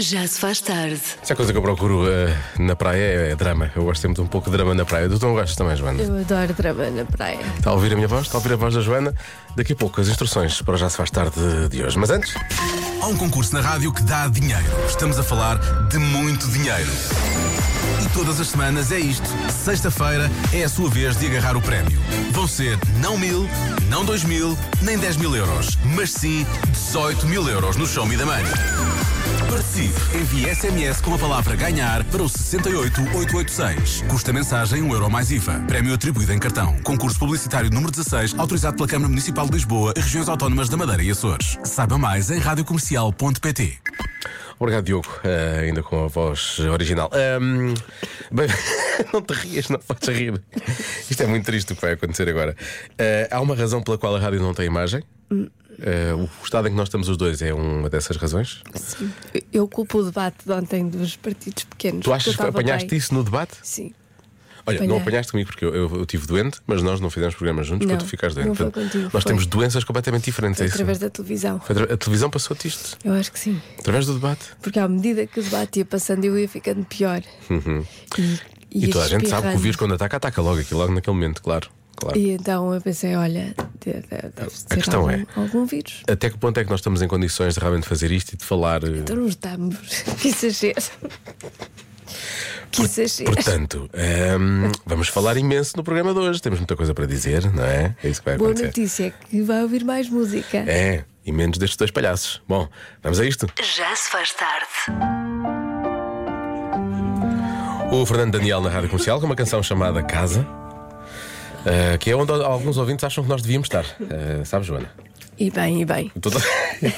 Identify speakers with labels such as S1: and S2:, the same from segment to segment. S1: Já se faz tarde.
S2: Se há é coisa que eu procuro eh, na praia é drama. Eu gosto sempre de um pouco de drama na praia. Tu não gostas também, Joana?
S3: Eu adoro trabalhar na praia.
S2: Está a ouvir a minha voz? Está a ouvir a voz da Joana? Daqui a pouco as instruções para o Já se faz tarde de hoje. Mas antes,
S4: Há um concurso na rádio que dá dinheiro. Estamos a falar de muito dinheiro. E todas as semanas é isto. Sexta-feira é a sua vez de agarrar o prémio. Vão ser não mil, não dois mil, nem dez mil euros, mas sim 18 mil euros no Show Me the Money. Participe. Envie SMS com a palavra ganhar para o 68886. Custa mensagem 1 euro mais IVA. Prémio atribuído em cartão. Concurso publicitário número 16, autorizado pela Câmara Municipal de Lisboa e regiões autónomas da Madeira e Açores. Saiba mais em radiocomercial.pt.
S2: obrigado, Diogo, eh, ainda com a voz original. Ahm, bem, não te rias, não podes rir. Isto é muito triste o que vai acontecer agora. Eh, há uma razão pela qual a rádio não tem imagem.
S3: Hum.
S2: Eh, o estado em que nós estamos os dois é uma dessas razões.
S3: Sim. Eu culpo o debate de ontem dos partidos pequenos.
S2: Tu achas
S3: eu
S2: que
S3: tava
S2: apanhaste
S3: bem.
S2: isso no debate?
S3: Sim.
S2: Olha,
S3: Apanhei.
S2: não apanhaste comigo porque eu, eu, eu tive doente, mas nós não fizemos programas juntos
S3: é. Não,
S2: para tu ficares doente.
S3: não foi
S2: Portanto,
S3: contigo,
S2: nós
S3: foi.
S2: temos doenças completamente diferentes, é isso?
S3: Através da televisão.
S2: Foi atra- A televisão passou-te isto,
S3: Eu acho que sim.
S2: através do debate.
S3: Porque à medida que o debate ia passando, eu ia ficando pior. E,
S2: Uhum. E,
S3: ia
S2: toda a gente sabe que o
S3: espirrando.
S2: vírus, quando ataca, ataca logo aqui, logo naquele momento, claro. claro.
S3: E então eu pensei, olha, de- de- deve ser
S2: questão
S3: algum,
S2: é-
S3: algum vírus.
S2: Até que ponto é que nós estamos em condições de realmente fazer isto e de falar. eh,
S3: Então não estamos. Que exagero. Que exagero.
S2: Portanto, é, ehm, vamos falar imenso no programa de hoje. Temos muita coisa para dizer, não é? É isso que vai
S3: Boa
S2: acontecer.
S3: notícia é que vai ouvir mais música.
S2: É, e menos destes dois palhaços. Bom, vamos a isto.
S1: Já se faz tarde.
S2: O Fernando Daniel na Rádio Comercial com uma canção chamada Casa, eh, que é onde alguns ouvintes acham que nós devíamos estar. Eh, sabes, Joana?
S3: E bem, e bem.
S2: Eu, tô-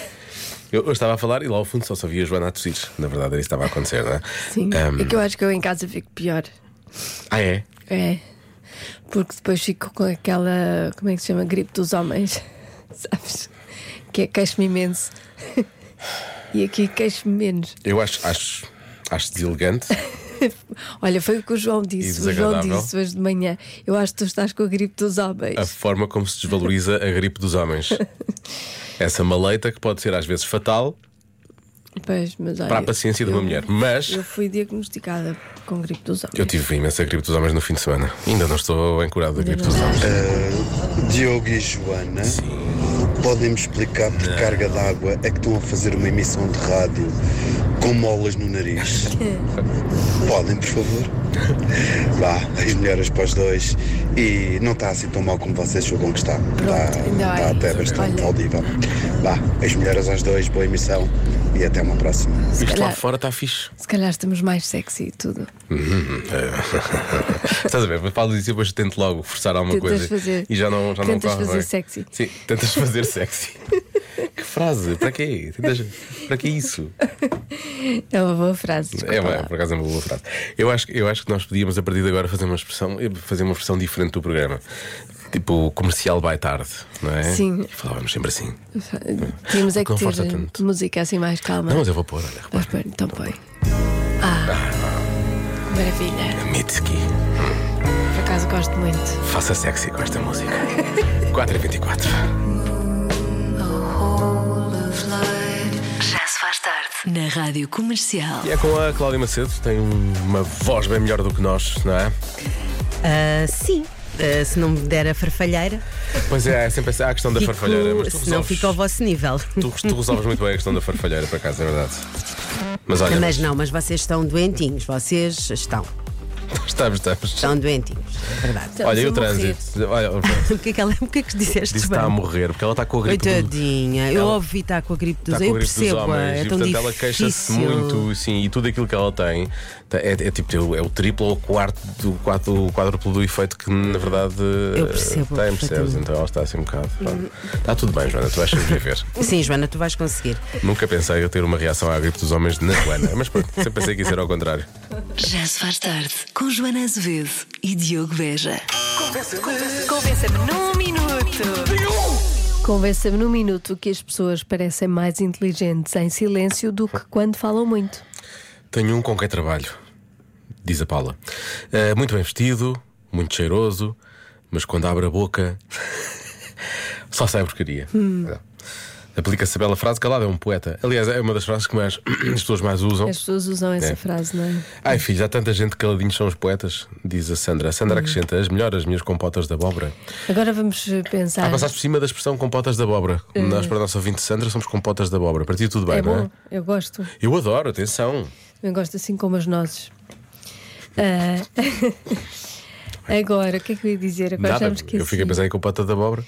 S2: Eu- eu estava a falar e lá ao fundo só sabia a Joana a tossir. Na verdade, era isso que estava a acontecer, não é?
S3: Sim.
S2: Ahm,
S3: É que eu acho que eu em casa fico pior.
S2: Ah, é?
S3: É. Porque depois fico com aquela. Como é que se chama? Gripe dos homens. Sabes? Que é queixo-me imenso. E aqui queixo-me menos.
S2: Eu acho, acho, acho deselegante.
S3: Olha, foi o que o João disse. O João
S2: desagradável. Ah,
S3: disse hoje de manhã. Eu acho que tu estás com a gripe dos homens.
S2: a forma como se desvaloriza a gripe dos homens. Essa maleita que pode ser às vezes fatal
S3: Pois, mas olha,
S2: para a paciência de uma mulher.
S3: Eu
S2: Mas
S3: fui diagnosticada com gripe dos homens.
S2: eu tive imensa gripe dos homens no fim de semana. Ainda não estou encurado da gripe dos homens.
S5: Diogo e Joana, podem-me explicar por carga d'água é que estão a fazer uma emissão de rádio com molas no nariz? podem, por favor? Vá, as melhoras para os dois e não está assim tão mal como vocês julgam que está.
S3: ainda
S5: Está,
S3: bem.
S5: está até bastante
S3: Olha.
S5: audível. Vá, as melhoras aos dois, boa emissão e até uma próxima.
S2: Isto lá
S3: calhar-
S2: fora está fixe.
S3: Se calhar estamos mais sexy e tudo.
S2: Estás a ver? Falo disso e depois tento logo forçar alguma
S3: Tentas
S2: coisa.
S3: fazer-
S2: E já não, já não
S3: tentas
S2: corre
S3: fazer
S2: bem.
S3: sexy.
S2: Sim, tentas fazer sexy. que frase? Para quê? Tentas... Para que isso?
S3: É uma boa frase. desculpa
S2: É,
S3: lá.
S2: bem, por acaso é uma boa frase. Eu acho, que- eu acho que nós podíamos, a partir de agora, fazer uma expressão, eh, fazer uma versão diferente do programa. Tipo, comercial by tarde, não é?
S3: Sim.
S2: E falávamos sempre assim.
S3: Tínhamos é que
S2: Não força
S3: ter
S2: tanto.
S3: música assim mais calma.
S2: Não, mas eu vou pôr, olha,
S3: Mas pronto, então põe. Ah, maravilha.
S2: Mitski,
S3: Por acaso gosto muito.
S2: faça sexy com esta música. 4 e 24
S1: Já se faz tarde. Na rádio comercial.
S2: E é com a Cláudia Macedo, tem uma voz bem melhor do que nós, não é?
S6: Ah, sim. Ah, se não me der a farfalheira,
S2: Pois é, é sempre essa- há a questão da
S6: fico,
S2: farfalheira, mas
S6: se
S2: tu
S6: não
S2: resolves, É,
S6: fica ao vosso nível.
S2: tu, tu resolves muito bem a questão da farfalheira, por acaso, é verdade. Mas olha,
S6: Mas não, mas vocês estão doentinhos, vocês estão,
S2: estamos, estamos.
S6: estão doentinhos, é verdade.
S2: Olha, e o
S3: Estamos a morrer.
S2: trânsito? Olha,
S6: o, que é que ela, o que é que disseste?
S2: disse que
S6: bem?
S2: está a morrer, porque ela está com a gripe. do-
S6: Coitadinha, eu
S2: Ela-
S6: ouvi estar com a gripe dos
S2: Está com
S6: eu
S2: a gripe dos
S6: percebo,
S2: homens,
S6: é
S2: e,
S6: tão
S2: portanto,
S6: difícil.
S2: ela queixa-se muito, sim, e tudo aquilo que ela tem tá- é, é tipo é o triplo ou o quarto do quadro, quádruplo do efeito que na verdade
S6: Eu
S2: eh,
S6: percebo
S2: tem, percebes?
S6: perfeitamente.
S2: Então ela está assim um bocado. pronto. Está tudo bem, Joana, tu vais sobreviver.
S6: Sim, Joana, tu vais conseguir.
S2: Nunca pensei eu ter uma reação à gripe dos homens na Joana, mas pronto, sempre pensei que isso era ao contrário.
S1: Já se faz tarde. Com Joana Azevedo e Diogo Veja.
S3: Convença-me num minuto que as pessoas parecem mais inteligentes em silêncio do que quando falam muito.
S2: Tenho um com quem trabalho, diz a Paula. Eh, muito bem vestido, muito cheiroso, mas quando abre a boca só sai porcaria. Não. Aplica-se a bela frase, calado é um poeta. Aliás, é uma das frases que mais as pessoas mais usam.
S3: As pessoas usam essa
S2: É.
S3: frase, não é?
S2: Ai, filho, há tanta gente que caladinhos são os poetas, diz a Sandra. A Sandra acrescenta as melhores minhas compotas de abóbora.
S3: Agora vamos eh,
S2: Ah,
S3: pensar.
S2: passaste por cima da expressão compotas de abóbora. Nós, para a nossa ouvinte Sandra, somos compotas de abóbora. Para ti, tudo bem,
S3: é
S2: não
S3: bom,
S2: é?
S3: eu gosto.
S2: Eu adoro, atenção.
S3: Eu gosto assim como as nozes. Ah, Agora, o que é que eu ia dizer? Agora já me
S2: Nada,
S3: esqueci.
S2: eu fiquei a pensar em compota de abóbora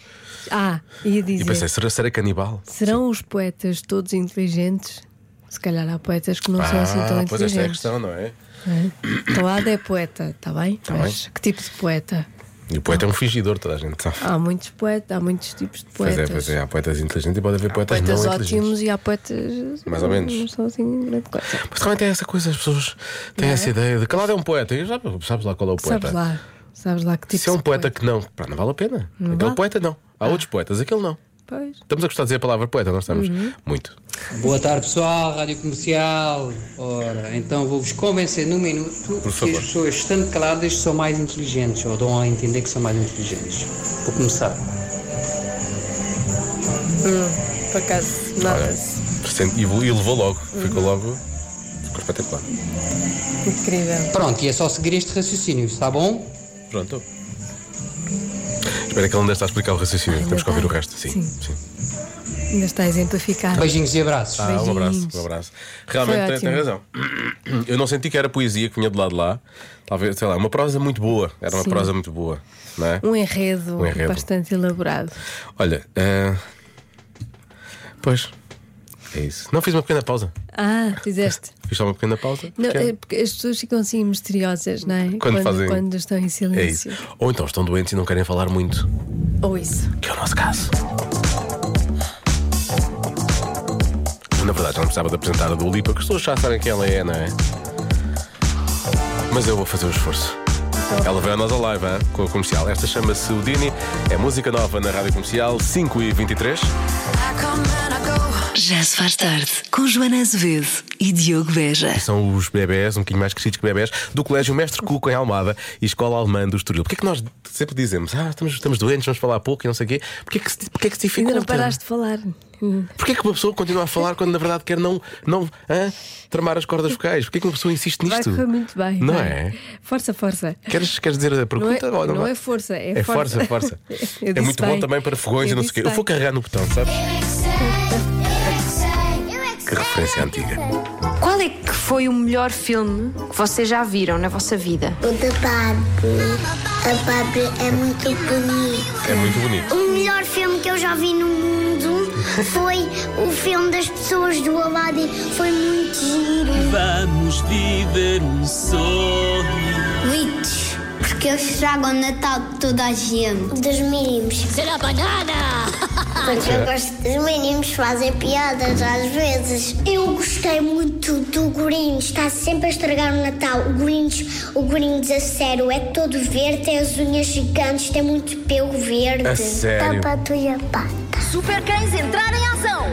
S3: Ah, ia
S2: e
S3: dizer.
S2: pensei, será, será canibal?
S3: Serão os poetas todos inteligentes? Se calhar há poetas que não são assim tão
S2: ah, pois esta é a
S3: inteligentes.
S2: questão, não é?
S3: Toada é poeta, está bem?
S2: Tá bem.
S3: Mas que tipo de poeta?
S2: E o poeta é um
S3: Ah.
S2: fingidor, toda a gente sabe.
S3: Há muitos poetas, há muitos tipos de
S2: Pois
S3: Ah, poetas.
S2: é, pois é, há poetas inteligentes e pode haver poetas,
S3: Poetas
S2: não inteligentes.
S3: ótimos e há poetas
S2: Mais ou menos.
S3: não são assim grande coisa.
S2: Mas também tem essa coisa, as pessoas têm essa ideia de calado é um poeta. E já sabes lá qual é o poeta.
S3: Sabes lá, sabes lá que tipo
S2: Se é um
S3: de
S2: poeta que não, pá, não vale a pena. Aquele
S3: vale? Ah.
S2: poeta não. Há outros poetas, aquele não.
S3: Pois.
S2: Estamos a gostar de dizer a palavra poeta, nós estamos
S3: Uhum.
S2: muito.
S7: Boa tarde, pessoal, Rádio Comercial. Ora, então vou-vos convencer num minuto que
S2: favor.
S7: as pessoas, estando caladas, são mais inteligentes, ou dão a entender que são mais inteligentes. Vou começar.
S3: Por acaso,
S2: Olha,
S3: nota-se.
S2: sente- e e levou logo, ficou
S3: Uhum.
S2: logo. Ficou espetacular.
S3: Incrível.
S7: Pronto, e é só seguir este raciocínio, está bom?
S2: Pronto. Espera que ele ainda está a explicar o raciocínio.
S3: Ainda
S2: Temos que ouvir o
S3: está?
S2: resto. Sim.
S3: Sim.
S2: sim.
S3: Ainda está a exemplificar.
S7: Beijinhos e abraços.
S2: Ah, um abraço,
S3: Beijinhos.
S2: um abraço. Realmente
S3: Foi
S2: tem, tem razão. Eu não senti que era poesia que vinha do lado de lá. Talvez, sei lá, uma prosa muito boa. Era uma
S3: Sim.
S2: prosa muito boa, não é?
S3: Um enredo,
S2: Um enredo.
S3: bastante elaborado.
S2: Olha, eh, pois é isso. Não fiz uma pequena pausa.
S3: Ah, fizeste.
S2: Fiz só uma pequena pausa.
S3: Não,
S2: pequena.
S3: é porque as pessoas ficam assim misteriosas, não é? Quando,
S2: fazem-
S3: quando estão em
S2: É
S3: silêncio.
S2: isso. Ou então estão doentes e não querem falar muito,
S3: Ou isso.
S2: que é o nosso caso. Na verdade, já não precisava de apresentar a do Lipa, que as pessoas já sabem quem ela é, não é? Mas eu vou fazer o esforço. Ela veio a nós ao live, hein? com a comercial. Esta chama-se O Dini, é música nova na rádio comercial 5 e 23.
S1: Já se faz tarde com Joana Azevedo e Diogo Beja.
S2: São os bebés, um bocadinho mais crescidos que bebés, do Colégio Mestre Cuco em Almada e Escola Alemã do Estoril. Porquê é que nós sempre dizemos, ah, estamos, estamos doentes, vamos falar pouco e não sei o quê? Porquê é que se, porquê é que se dificulta?
S3: Ainda não paraste de falar.
S2: Porquê é que uma pessoa continua a falar quando na verdade quer não, não hã? tramar as cordas vocais? Porquê é que uma pessoa insiste
S3: Vai
S2: nisto?
S3: correr muito bem.
S2: Não
S3: vai.
S2: é?
S3: Força, força.
S2: Queres, queres dizer a
S3: Não é,
S2: pergunta? ou
S3: não
S2: vai?
S3: é força, é,
S2: É força, força.
S3: Eu
S2: é
S3: disse
S2: muito bom
S3: bem.
S2: também para fogões e
S3: Eu
S2: não sei o quê.
S3: disse
S2: Eu vou
S3: bem.
S2: carregar no botão, sabes? Que
S8: Que
S2: referência antiga.
S9: Qual é que foi o melhor filme que vocês já viram na vossa vida?
S8: O da Barbie. A Barbie é muito bonita.
S2: É muito bonito.
S8: O melhor filme que eu já vi no mundo foi o filme das pessoas do Aladdin. Foi muito giro.
S10: Vamos viver um sonho.
S8: Litos. Porque eles estragam o Natal de toda a gente. Dos mínimos. Será banana! Porque eu gosto dos mínimos, fazem piadas às vezes. Eu gostei muito do Grinch, está sempre a estragar o Natal. O Grinch, o Grinch a sério, é todo verde, tem as unhas gigantes, tem muito pelo verde.
S2: A sério?
S8: Papatua pata. Super cães entrar em ação!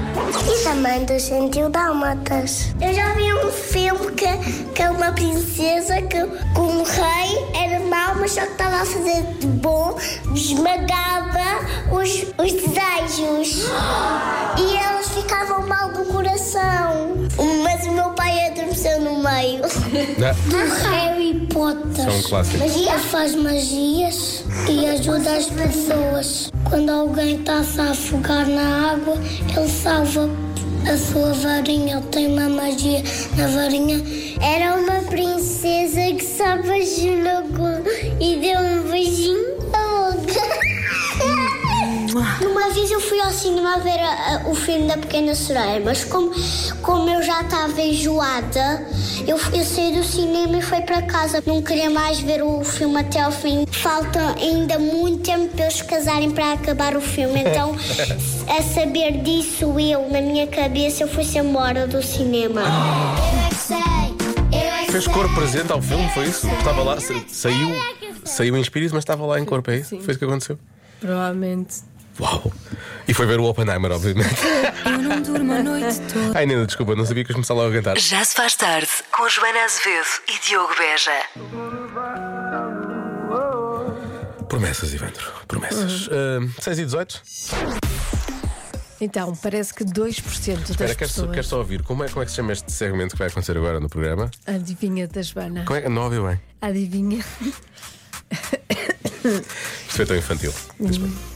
S8: E também do Gentil Dálmatas. Eu já vi um filme que, que é uma princesa que com um rei era mau, mas só que estava a fazer de bom, esmagava os, os desejos. E eles ficavam mal do coração. Mas o meu pai adormeceu no meio.
S2: Não.
S8: Do Harry Potter.
S2: São clássicos.
S8: Magia faz magias e ajuda as pessoas. Quando alguém está-se a afogar na água, ele salva a sua varinha. Ele tem uma magia na varinha. Era uma princesa que se apaixonou e deu um beijinho na boca. Uma vez eu fui ao cinema ver a- a- o filme da Pequena Sereia, mas como, como eu já estava enjoada, eu, fui- eu saí do cinema e fui para casa. Não queria mais ver o filme até ao fim. Falta ainda muito tempo para eles casarem para acabar o filme. Então, a saber disso, eu, na minha cabeça, eu fui-se embora do cinema. Eu é que sei, eu é que é
S2: Fez cor presente ao filme, foi isso? Estava lá, sa- saiu, saiu em espírito, mas estava lá em corpo, é isso? Foi isso que aconteceu.
S3: Provavelmente.
S2: Uau! E foi ver o Oppenheimer, obviamente. Ai, Nina, desculpa, não sabia que ias começar logo a cantar.
S1: Já se faz tarde com Joana Azevedo e Diogo Beja.
S3: Hum.
S2: Hum, Promessas, Ivandro, promessas. 6 e 18.
S3: Então, parece que 2% das
S2: Espera, queres,
S3: pessoas.
S2: queres só ouvir? Como é, como é que se chama este segmento que vai acontecer agora no programa?
S3: Adivinha da Joana.
S2: Como é, não ouviu bem?
S3: Adivinha.
S2: Isto foi tão infantil.
S3: Hum,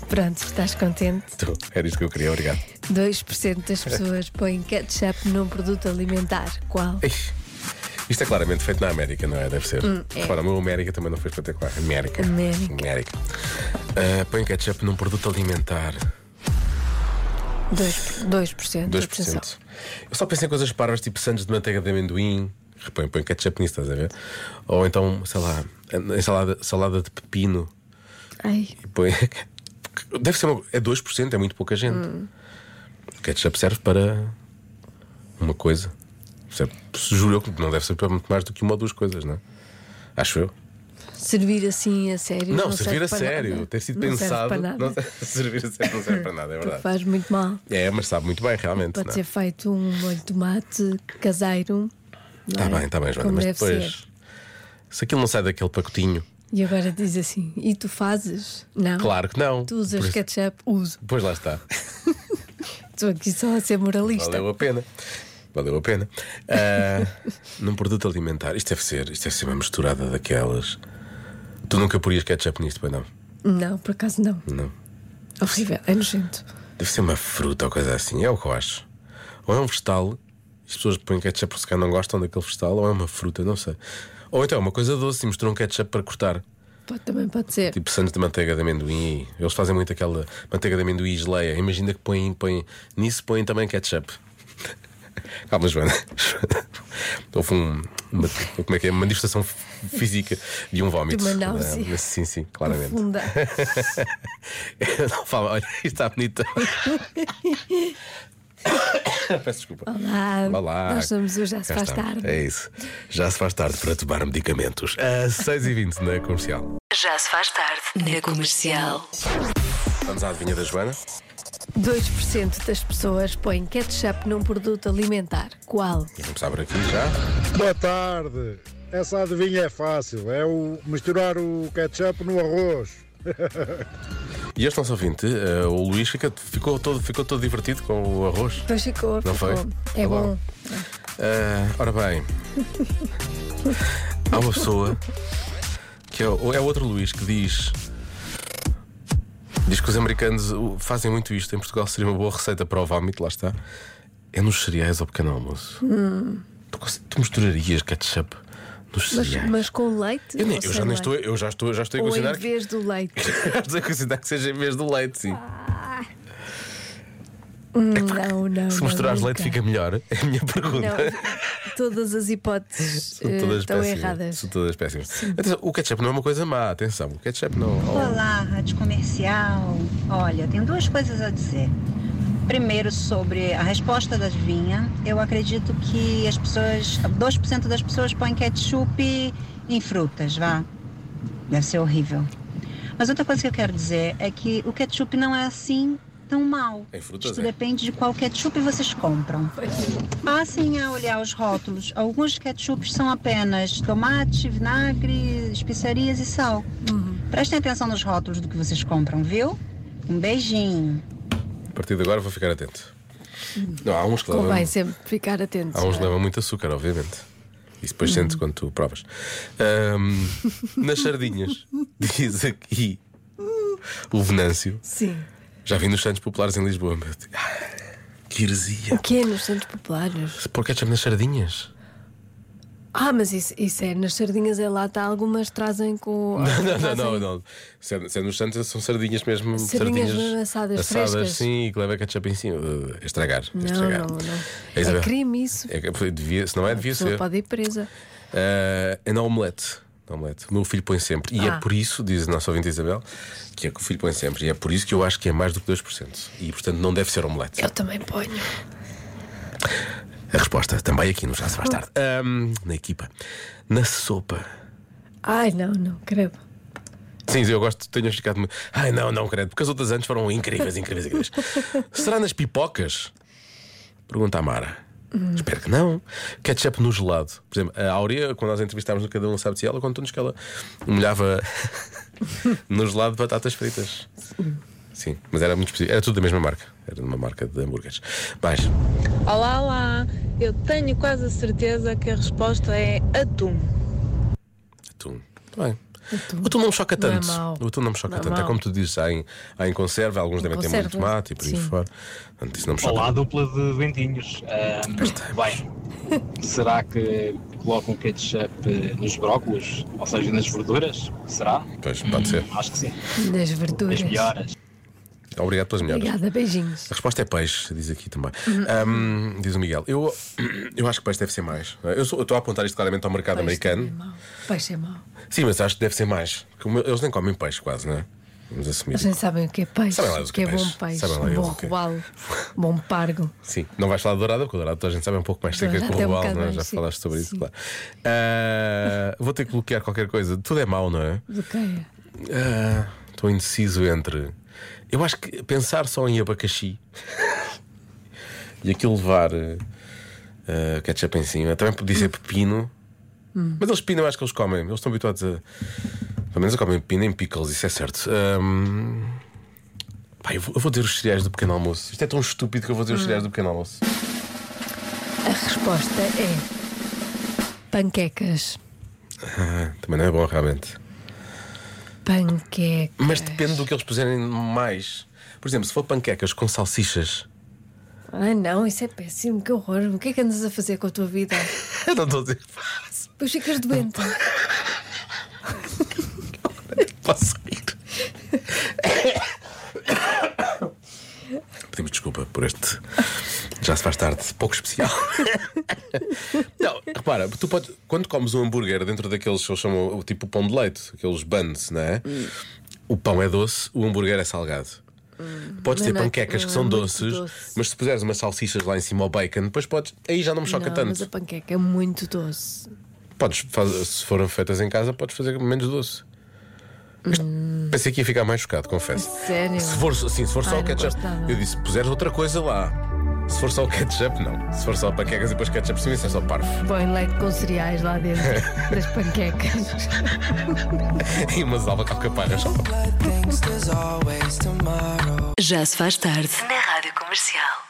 S3: Pronto, estás contente?
S2: Então, Era isto que eu queria, obrigado.
S3: 2% das pessoas põem ketchup num produto alimentar. Qual?
S2: Ei, Isto é claramente feito na América, não é? Deve ser.
S3: Hum, é.
S2: Repara, o meu América também não foi espetacular. América.
S3: América.
S2: América. Ah, põe ketchup num produto alimentar.
S3: 2%. 2%.
S2: 2%. Eu só penso em coisas parvas, tipo sandes de manteiga de amendoim. Repõe, põe ketchup nisso, estás a ver? Ou então, sei lá, em salada, salada de pepino.
S3: Ai,
S2: E põe. Deve ser uma. É 2%, é muito pouca gente.
S3: Hum.
S2: Ketchup serve para uma coisa. Serve- Juro eu que não deve ser para muito mais do que uma ou duas coisas, não é? Acho eu.
S3: servir assim a sério.
S2: não,
S3: serve
S2: servir a
S3: para
S2: sério,
S3: nada.
S2: ter sido
S3: Não serve
S2: pensado.
S3: para nada.
S2: não- servir a sério não serve para nada, é verdade.
S3: Faz muito mal.
S2: É, mas sabe muito bem, realmente.
S3: Pode
S2: não é?
S3: ser feito um molho de tomate caseiro.
S2: Está
S3: não é?
S2: Tá bem, está bem, Joana,
S3: Como
S2: mas
S3: deve
S2: depois.
S3: ser.
S2: Se aquilo não sai daquele pacotinho,
S3: E agora diz assim: e tu fazes? Não.
S2: claro que não.
S3: Tu usas
S2: Por isso-
S3: ketchup? Uso.
S2: Pois lá está.
S3: Estou aqui só a ser moralista.
S2: Valeu a pena. Valeu a pena. Ah, num produto alimentar, isto deve ser, isto deve ser uma misturada daquelas. Tu nunca porias ketchup nisto, pois não?
S3: Não, por acaso não.
S2: Não.
S3: Horrível, é nojento.
S2: Deve ser uma fruta ou coisa assim, é o que eu acho. Ou é um vegetal, as pessoas põem ketchup porque se calhar não gostam daquele vegetal, ou é uma fruta, não sei. Ou então é uma coisa doce e misturam ketchup para cortar.
S3: Pode, também pode ser.
S2: Tipo sandes de manteiga de amendoim. Eles fazem muito aquela manteiga de amendoim e geleia. Imagina que põem, põem nisso põem também ketchup. Calma, Joana. Houve um, uma, como é que é? uma manifestação f- física de um vómito.
S3: De uma náusea.
S2: Ah, Sim, sim, claramente.
S3: Profunda.
S2: Não fala, olha, isto está bonito. Peço desculpa.
S3: Olá.
S2: Olá.
S3: Ah, Nós somos o Já Se
S2: Cá
S3: Faz
S2: estamos.
S3: Tarde.
S2: É isso. Já se faz tarde para tomar medicamentos. A 6h20 na comercial.
S1: Já se faz tarde na comercial.
S2: Vamos à adivinha da Joana.
S3: 2% das pessoas põem ketchup num produto alimentar. Qual?
S2: Vamos começar por aqui já.
S11: Boa tarde. Essa adivinha é fácil. É o misturar o ketchup no arroz.
S2: E este nosso ouvinte, eh, o Luís, fica- ficou, todo, ficou todo divertido com o arroz.
S3: Pois ficou,
S2: Não foi?
S3: ficou. É
S2: Olá.
S3: bom.
S2: Eh, ora bem, há uma pessoa que é, o- é outro Luís que diz. Diz que os americanos o- fazem muito isto. Em Portugal seria uma boa receita para o vómito, lá está. É nos cereais ao pequeno almoço.
S3: Hum,
S2: Tu, conse- tu misturarias ketchup nos
S3: mas,
S2: cereais?
S3: mas com leite?
S2: eu, nem- eu
S3: Ou sem
S2: já nem
S3: leite?
S2: estou, eu já estou, já estou a
S3: é? Ou em
S2: considerar que,
S3: vez do leite?
S2: já estou a considerar que seja em vez do leite, sim.
S3: Hum, não, não.
S2: Se
S3: não,
S2: misturares leite
S3: nunca.
S2: fica melhor, é a minha pergunta.
S3: Não, todas as hipóteses
S2: São
S3: eh,
S2: todas
S3: estão
S2: péssimas.
S3: erradas.
S2: São todas péssimas. Atenção, o ketchup não é uma coisa má, atenção. O ketchup não.
S12: Olá, Rádio Comercial. Olha, eu tenho duas coisas a dizer. Primeiro, sobre a resposta da adivinha, eu acredito que as pessoas, 2% das pessoas põem ketchup em frutas, vá. Deve ser horrível. Mas outra coisa que eu quero dizer é que o ketchup não é assim tão mal.
S2: Em frutas,
S12: Isso
S2: é.
S12: depende de qual ketchup vocês compram. Passem a olhar os rótulos. Alguns ketchups são apenas tomate, vinagre, especiarias e sal. Prestem atenção nos rótulos do que vocês compram, viu? Um beijinho.
S3: é-
S2: A partir de agora vou ficar atento. Não, há uns que levam.
S3: Convém sempre ficar atento.
S2: Há uns que levam muito açúcar, obviamente. Isso depois
S3: Hum.
S2: sente quando tu provas. Ahm, nas sardinhas, diz aqui o Venâncio.
S3: Sim.
S2: Já vi nos Santos Populares em Lisboa. meu Deus. Ah, Que heresia.
S3: O que é nos centros populares?
S2: Se pôr ketchup nas sardinhas?
S3: Ah, mas isso, isso é nas sardinhas em lata. Algumas trazem com.
S2: Não, não, não,
S3: trazem
S2: não, não. Se é, se é nos Santos são sardinhas mesmo.
S3: Sardinhas mesmo assadas,
S2: assadas,
S3: frescas.
S2: sim, e que leva ketchup em cima. Uh, estragar.
S3: Não,
S2: estragar.
S3: não, não.
S2: A
S3: É
S2: Isabel-
S3: crime isso.
S2: É que foi- devia- se não é,
S3: A
S2: devia
S3: pessoa
S2: ser.
S3: pode ir presa.
S2: Ah, é na omelete. Na omelete. O meu filho põe sempre. E
S3: Ah.
S2: é por isso, diz a nossa ouvinte Isabel, que é que o filho põe sempre. E é por isso que eu acho que é mais do que 2%. E portanto não deve ser omelete.
S3: Eu também ponho.
S2: A resposta também aqui no Já se faz tarde. Ahm, na equipa. Na sopa.
S3: Ai, não, não, credo.
S2: Sim, eu gosto, tenho ficado. muito- Ai, não, não, credo, porque as outras antes foram incríveis, incríveis, incríveis. Será nas pipocas? Pergunta a Mara.
S13: Hum.
S2: Espero que não. Ketchup no gelado. Por exemplo, a Áurea, quando nós a entrevistámos no Cada Um Sabe Se Ela, contou-nos que ela molhava no gelado batatas fritas. Sim, mas era muito específico. Era tudo da mesma marca. Era de uma marca de hambúrgueres. Mais.
S13: Olá, olá. Eu tenho quase a certeza que a resposta é atum.
S2: Atum. Tá Bem. O atum não me choca
S13: Não é
S2: tanto.
S13: mau.
S2: o atum não me choca
S13: Não é
S2: tanto. É,
S13: mau.
S2: como tu dizes, há em, há em conserva, alguns devem ter muito
S13: conserva,
S2: tomate e por aí
S13: sim.
S2: fora. Portanto, isso não me choca.
S14: Olá, dupla de ventinhos. Ahm, bem, será que colocam ketchup nos brócolos? Ou seja, nas verduras? Será?
S2: Pois, pode ser.
S3: Uhum.
S14: Acho que sim.
S3: Das verduras.
S2: Obrigado pelas melhores.
S3: Obrigada, beijinhos.
S2: A resposta é peixe, diz aqui também.
S3: Uhum.
S2: Ahm, diz o Miguel. Eu, eu acho que peixe deve ser mais. é? Eu sou- eu estou a apontar isto claramente ao mercado americano.
S3: Peixe é mau.
S2: Sim, mas acho que deve ser mais. Como Eles nem comem peixe quase, não é? Vamos assumir.
S3: Eles nem sabem o que é peixe.
S2: Sabem lá eles
S3: o que é bom peixe.
S2: Sabem lá eles
S3: Bom
S2: o que é.
S3: robalo. Bom pargo.
S2: Sim, não vais falar de dourada, porque a dourada toda a gente sabe é um pouco mais seca que
S3: Dourada
S2: o
S3: é um
S2: robalo,
S3: bocado
S2: não é?
S3: mais,
S2: Já
S3: sim.
S2: falaste sobre isso, claro. Ah, vou ter que bloquear qualquer coisa. Tudo é mau, não é?
S3: Do que é?
S2: Ah, Estou indeciso entre. Eu acho que pensar só em abacaxi e aquilo levar eh, eh, ketchup em cima também podia ser pepino, mas eles pepino eu acho que eles comem, eles estão habituados a. Pelo menos a comem pepino em pickles, isso é certo. Ahm, pá, eu, vou, eu vou dizer os cereais do pequeno almoço. Isto é tão estúpido que eu vou dizer os
S3: Hum.
S2: cereais do pequeno almoço.
S3: A resposta é panquecas.
S2: Ah, também não é bom, realmente.
S3: Panqueca.
S2: Mas depende do que eles puserem mais. Por exemplo, se for panquecas com salsichas,
S3: Ai não, isso é péssimo, que horror. O que é que andas a fazer com a tua vida?
S2: eu não estou a dizer.
S3: Depois ficas doente.
S2: Posso rir. Pedimos desculpa por este. Já se faz tarde, pouco especial. não, repara, tu podes, quando comes um hambúrguer dentro daqueles que eles chamam o tipo pão de leite, aqueles buns, não é?
S3: Hum.
S2: O pão é doce, o hambúrguer é salgado. Podes
S3: Não,
S2: ter
S3: Hum. não,
S2: panquecas
S3: não,
S2: que
S3: é
S2: são
S3: muito
S2: doces,
S3: doce.
S2: mas se puseres umas salsichas lá em cima ou bacon, depois podes. Aí já não me choca
S3: Não,
S2: tanto.
S3: Mas a panqueca é muito doce.
S2: Podes fazer, se foram feitas em casa, podes fazer menos doce. Mas Pensei que ia ficar mais chocado, confesso.
S3: Sério?
S2: Se for, sim, se for só
S3: Ai,
S2: o
S3: não
S2: ketchup,
S3: gosto nada.
S2: eu disse: puseres outra coisa lá. Se for só o ketchup, não. Se for só panquecas e depois ketchup, sim, isso é só parvo.
S3: Põe leite com cereais lá dentro das panquecas.
S2: e umas alba calcaparras.
S1: Já se faz tarde na Rádio Comercial.